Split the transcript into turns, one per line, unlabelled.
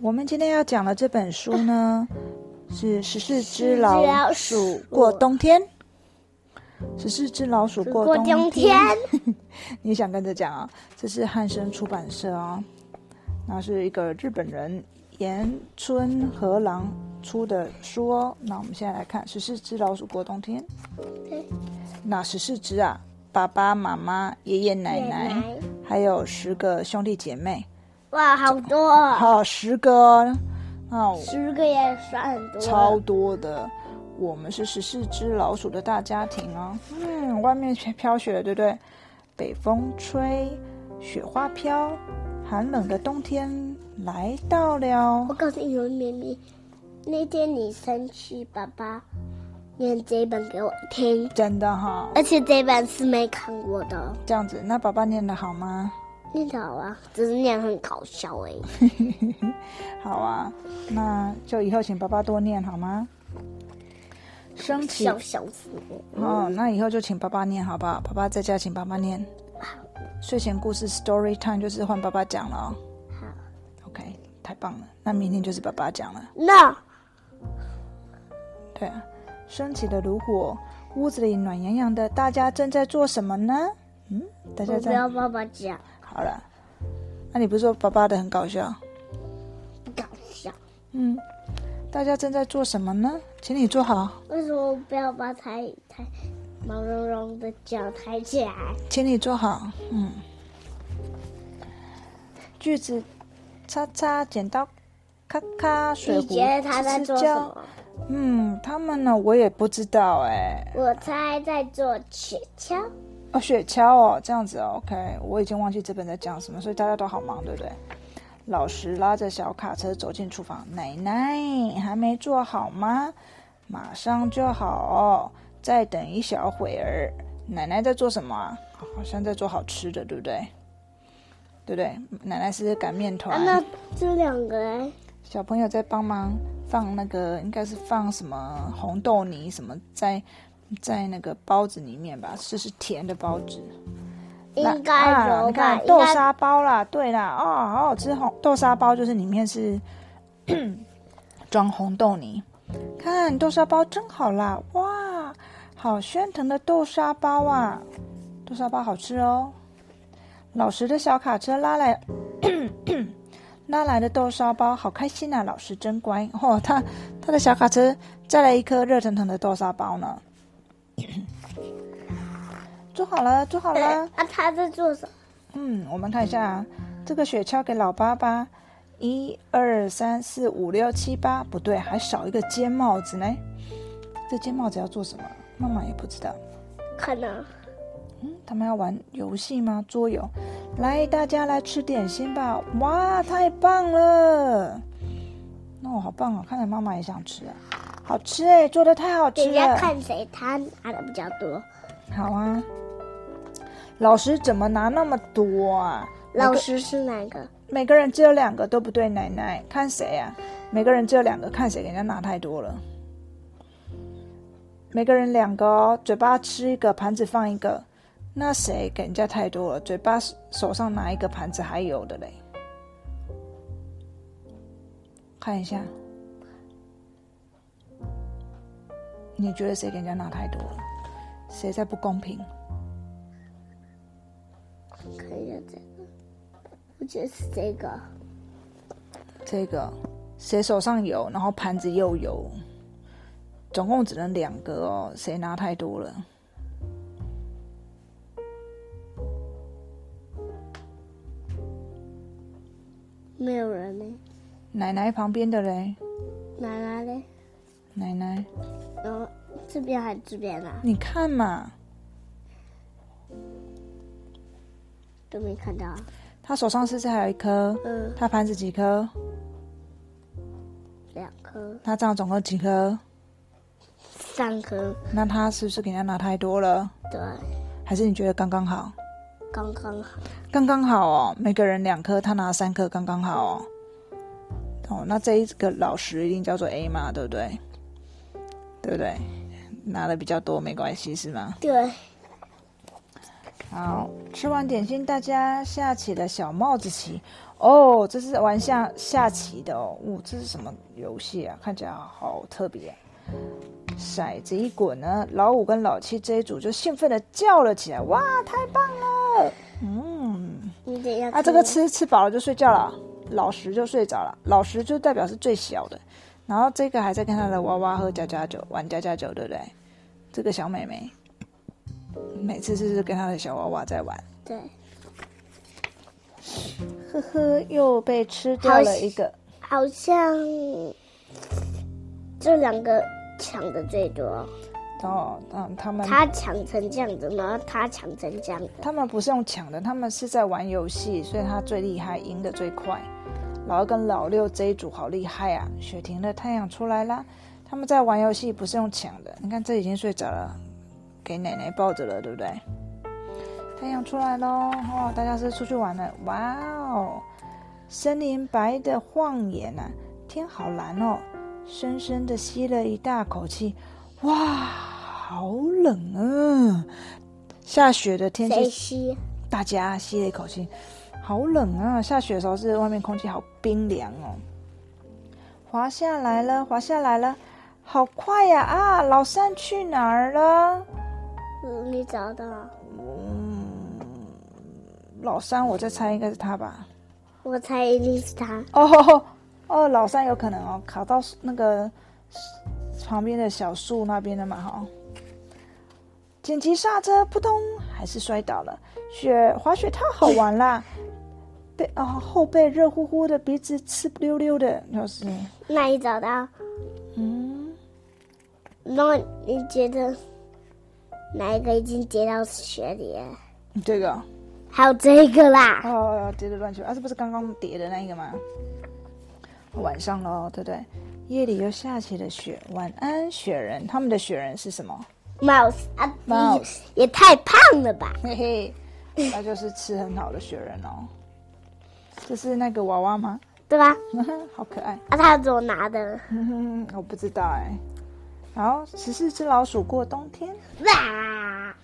我们今天要讲的这本书呢，是《十四只
只
老
老
鼠
鼠
过冬天》。十四只老鼠过
过冬天，
你想跟着讲啊？这是汉生出版社啊、那是一个日本人岩村和郎出的书哦。那我们现在来看《十四只老鼠过冬天》
对。
那十四只啊，爸爸妈妈、爷爷奶奶，
奶
还有十个兄弟姐妹，
哇，好多哦，
好十个哦，哦，
十个也算很多了，
超多的。我们是十四只老鼠的大家庭哦。嗯，外面飘飘雪了，对不对？北风吹，雪花飘，寒冷的冬天来到了
我。告诉你，咪咪，那天你生气，爸爸念这一本给我听，
真的哈、
而且这一本是没看过的，
这样子，那爸爸念的好吗？
念得好啊，只是念得很搞笑而已。
好啊，那就以后请爸爸多念好吗？升起
笑笑死我！
哦，那以后就请爸爸念好不好？爸爸在家请爸爸念。睡前故事 story time 就是换爸爸讲了哦。
好
OK，太棒了。那明天就是爸爸讲了。
那
对啊，升起的炉火，屋子里暖洋洋的，大家正在做什么呢？嗯，大家
我不
在
要爸爸讲，
好了。那、你不是说爸爸的很搞笑？
不搞笑。
嗯，大家正在做什么呢？请你坐好，
为什么不要把抬抬毛茸茸的脚抬起来？
请你坐好。嗯，锯子，叉叉，剪刀，咔咔，水
你
壶，
觉得他在
吃
做
吃
什
胶。
么？
嗯，他们呢，我也不知道哎、
我猜在做雪橇。
哦，雪橇哦，这样子哦，OK，我已经忘记这本在讲什么，所以大家都好忙，对不对？老石拉着小卡车走进厨房，奶奶还没做好吗？马上就好、哦，再等一小会儿。奶奶在做什么啊？好像在做好吃的，对不对？对不对？奶奶是擀面
啊，
团，
那这两个人
小朋友在帮忙放那个，应该是放什么红豆泥什么在在那个包子里面吧？是是甜的包子。
应
啊
该有
你
吧？
看
应
豆
该
沙包啦，对啦，哦，好好吃红豆沙包，就是里面是 装红豆泥。看豆沙包真好啦，哇，好喧腾的豆沙包啊！豆沙包好吃哦。老实的小卡车拉来 拉来的豆沙包，好开心啊！老实真乖哦，他他的小卡车再来一颗热腾腾的豆沙包呢。 做好了，做好了。
啊，他在做什么？
嗯，我们看一下啊这个雪橇给老爸爸，一二三四五六七八，不对，还少一个尖帽子呢。这尖帽子要做什么？妈妈也不知道。
可能
嗯，他们要玩游戏吗？桌游。来，大家来吃点心吧！哇，太棒了！哦，好棒哦！看来妈妈也想吃啊，好吃哎，做的太好吃
人
了。
家看谁他拿的比较多。
好啊，老师怎么拿那么多啊？每个
老师是哪个？
每个人只有两个，对不对？奶奶，看谁啊？每个人只有两个，看谁给人家拿太多了。每个人两个哦，嘴巴吃一个，盘子放一个。那谁给人家太多了？嘴巴手上拿一个盘子，还有的嘞。看一下，你觉得谁给人家拿太多了？谁在不公平？
看一下这个，我觉得是这个。
这个谁手上有，然后盘子又有，总共只能两个哦，谁拿太多了？
没有人呢，
奶奶旁边的嘞，
奶奶呢？
奶奶，
然后这边还这边啊，
你看嘛，
都没看到啊。
她手上是不是还有一颗？
嗯，
她盘子几颗？
两颗、
她这样总共几颗？
三颗，
那她是不是给人家拿太多了？
对，
还是你觉得刚刚好？
刚刚好。
刚刚好哦，每个人两颗，她拿三颗，刚刚好哦。哦，那这一个老师一定叫做 A 嘛，对不对？对不对？拿的比较多没关系是吗？
对，
啊好，吃完点心，大家下起了小帽子棋。哦，这是玩下下棋的哦。哦，这是什么游戏啊？看起来好特别、啊。骰子一滚呢，老五跟老七这一组就兴奋的叫了起来：“哇，太棒了！”嗯，
你得要
啊，这个吃吃饱了就睡觉了，老十就睡着了。老十就代表是最小的，然后这个还在跟他的娃娃喝家家酒，玩家家酒，对不对？这个小妹妹每次就是跟她的小娃娃在玩，
对，
呵呵，又被吃掉了一个。
好像这两个抢的最多，
然后，嗯，他们
他抢成这样子，然后他抢成这样子，
他们不是用抢的，他们是在玩游戏，所以他最厉害，赢得最快。老二跟老六这一组好厉害啊！雪停了，太阳出来啦。他们在玩游戏，不是用抢的。你看，这已经睡着了，给奶奶抱着了，对不对？太阳出来喽！哦，大家是出去玩了。哇哦，森林白的晃眼啊，天好蓝哦！深深的吸了一大口气，哇，好冷啊！下雪的天
谁
气
吸？
大家吸了一口气，好冷啊！下雪的时候是外面空气好冰凉哦。滑下来了，滑下来了，好快呀、啊！老三去哪儿了？
嗯，你找到了，
老三，我在猜应该是他吧？
我猜一定是他。
哦哦，老三有可能哦，卡到那个旁边的小树那边的嘛哈、紧急刹车，扑通，还是摔倒了。雪滑雪太好玩啦，背啊、后背热乎乎的，鼻子刺溜溜的，就是
那你找到，
嗯，
然后你觉得哪一个已经跌到雪里了？
这个
还有这个啦，
哦，跌得乱七八糟，啊，这不是刚刚叠的那一个吗？晚上喽，对不对？夜里又下起了雪，晚安，雪人。他们的雪人是什么？
mouse 啊
Mouse
也也太胖了吧？
嘿嘿，那就是吃很好的雪人哦。这是那个娃娃吗？
对吧？
好可爱。
啊，他怎么拿的？
嗯哼，我不知道哎。好，十四只老鼠过冬天。
哇！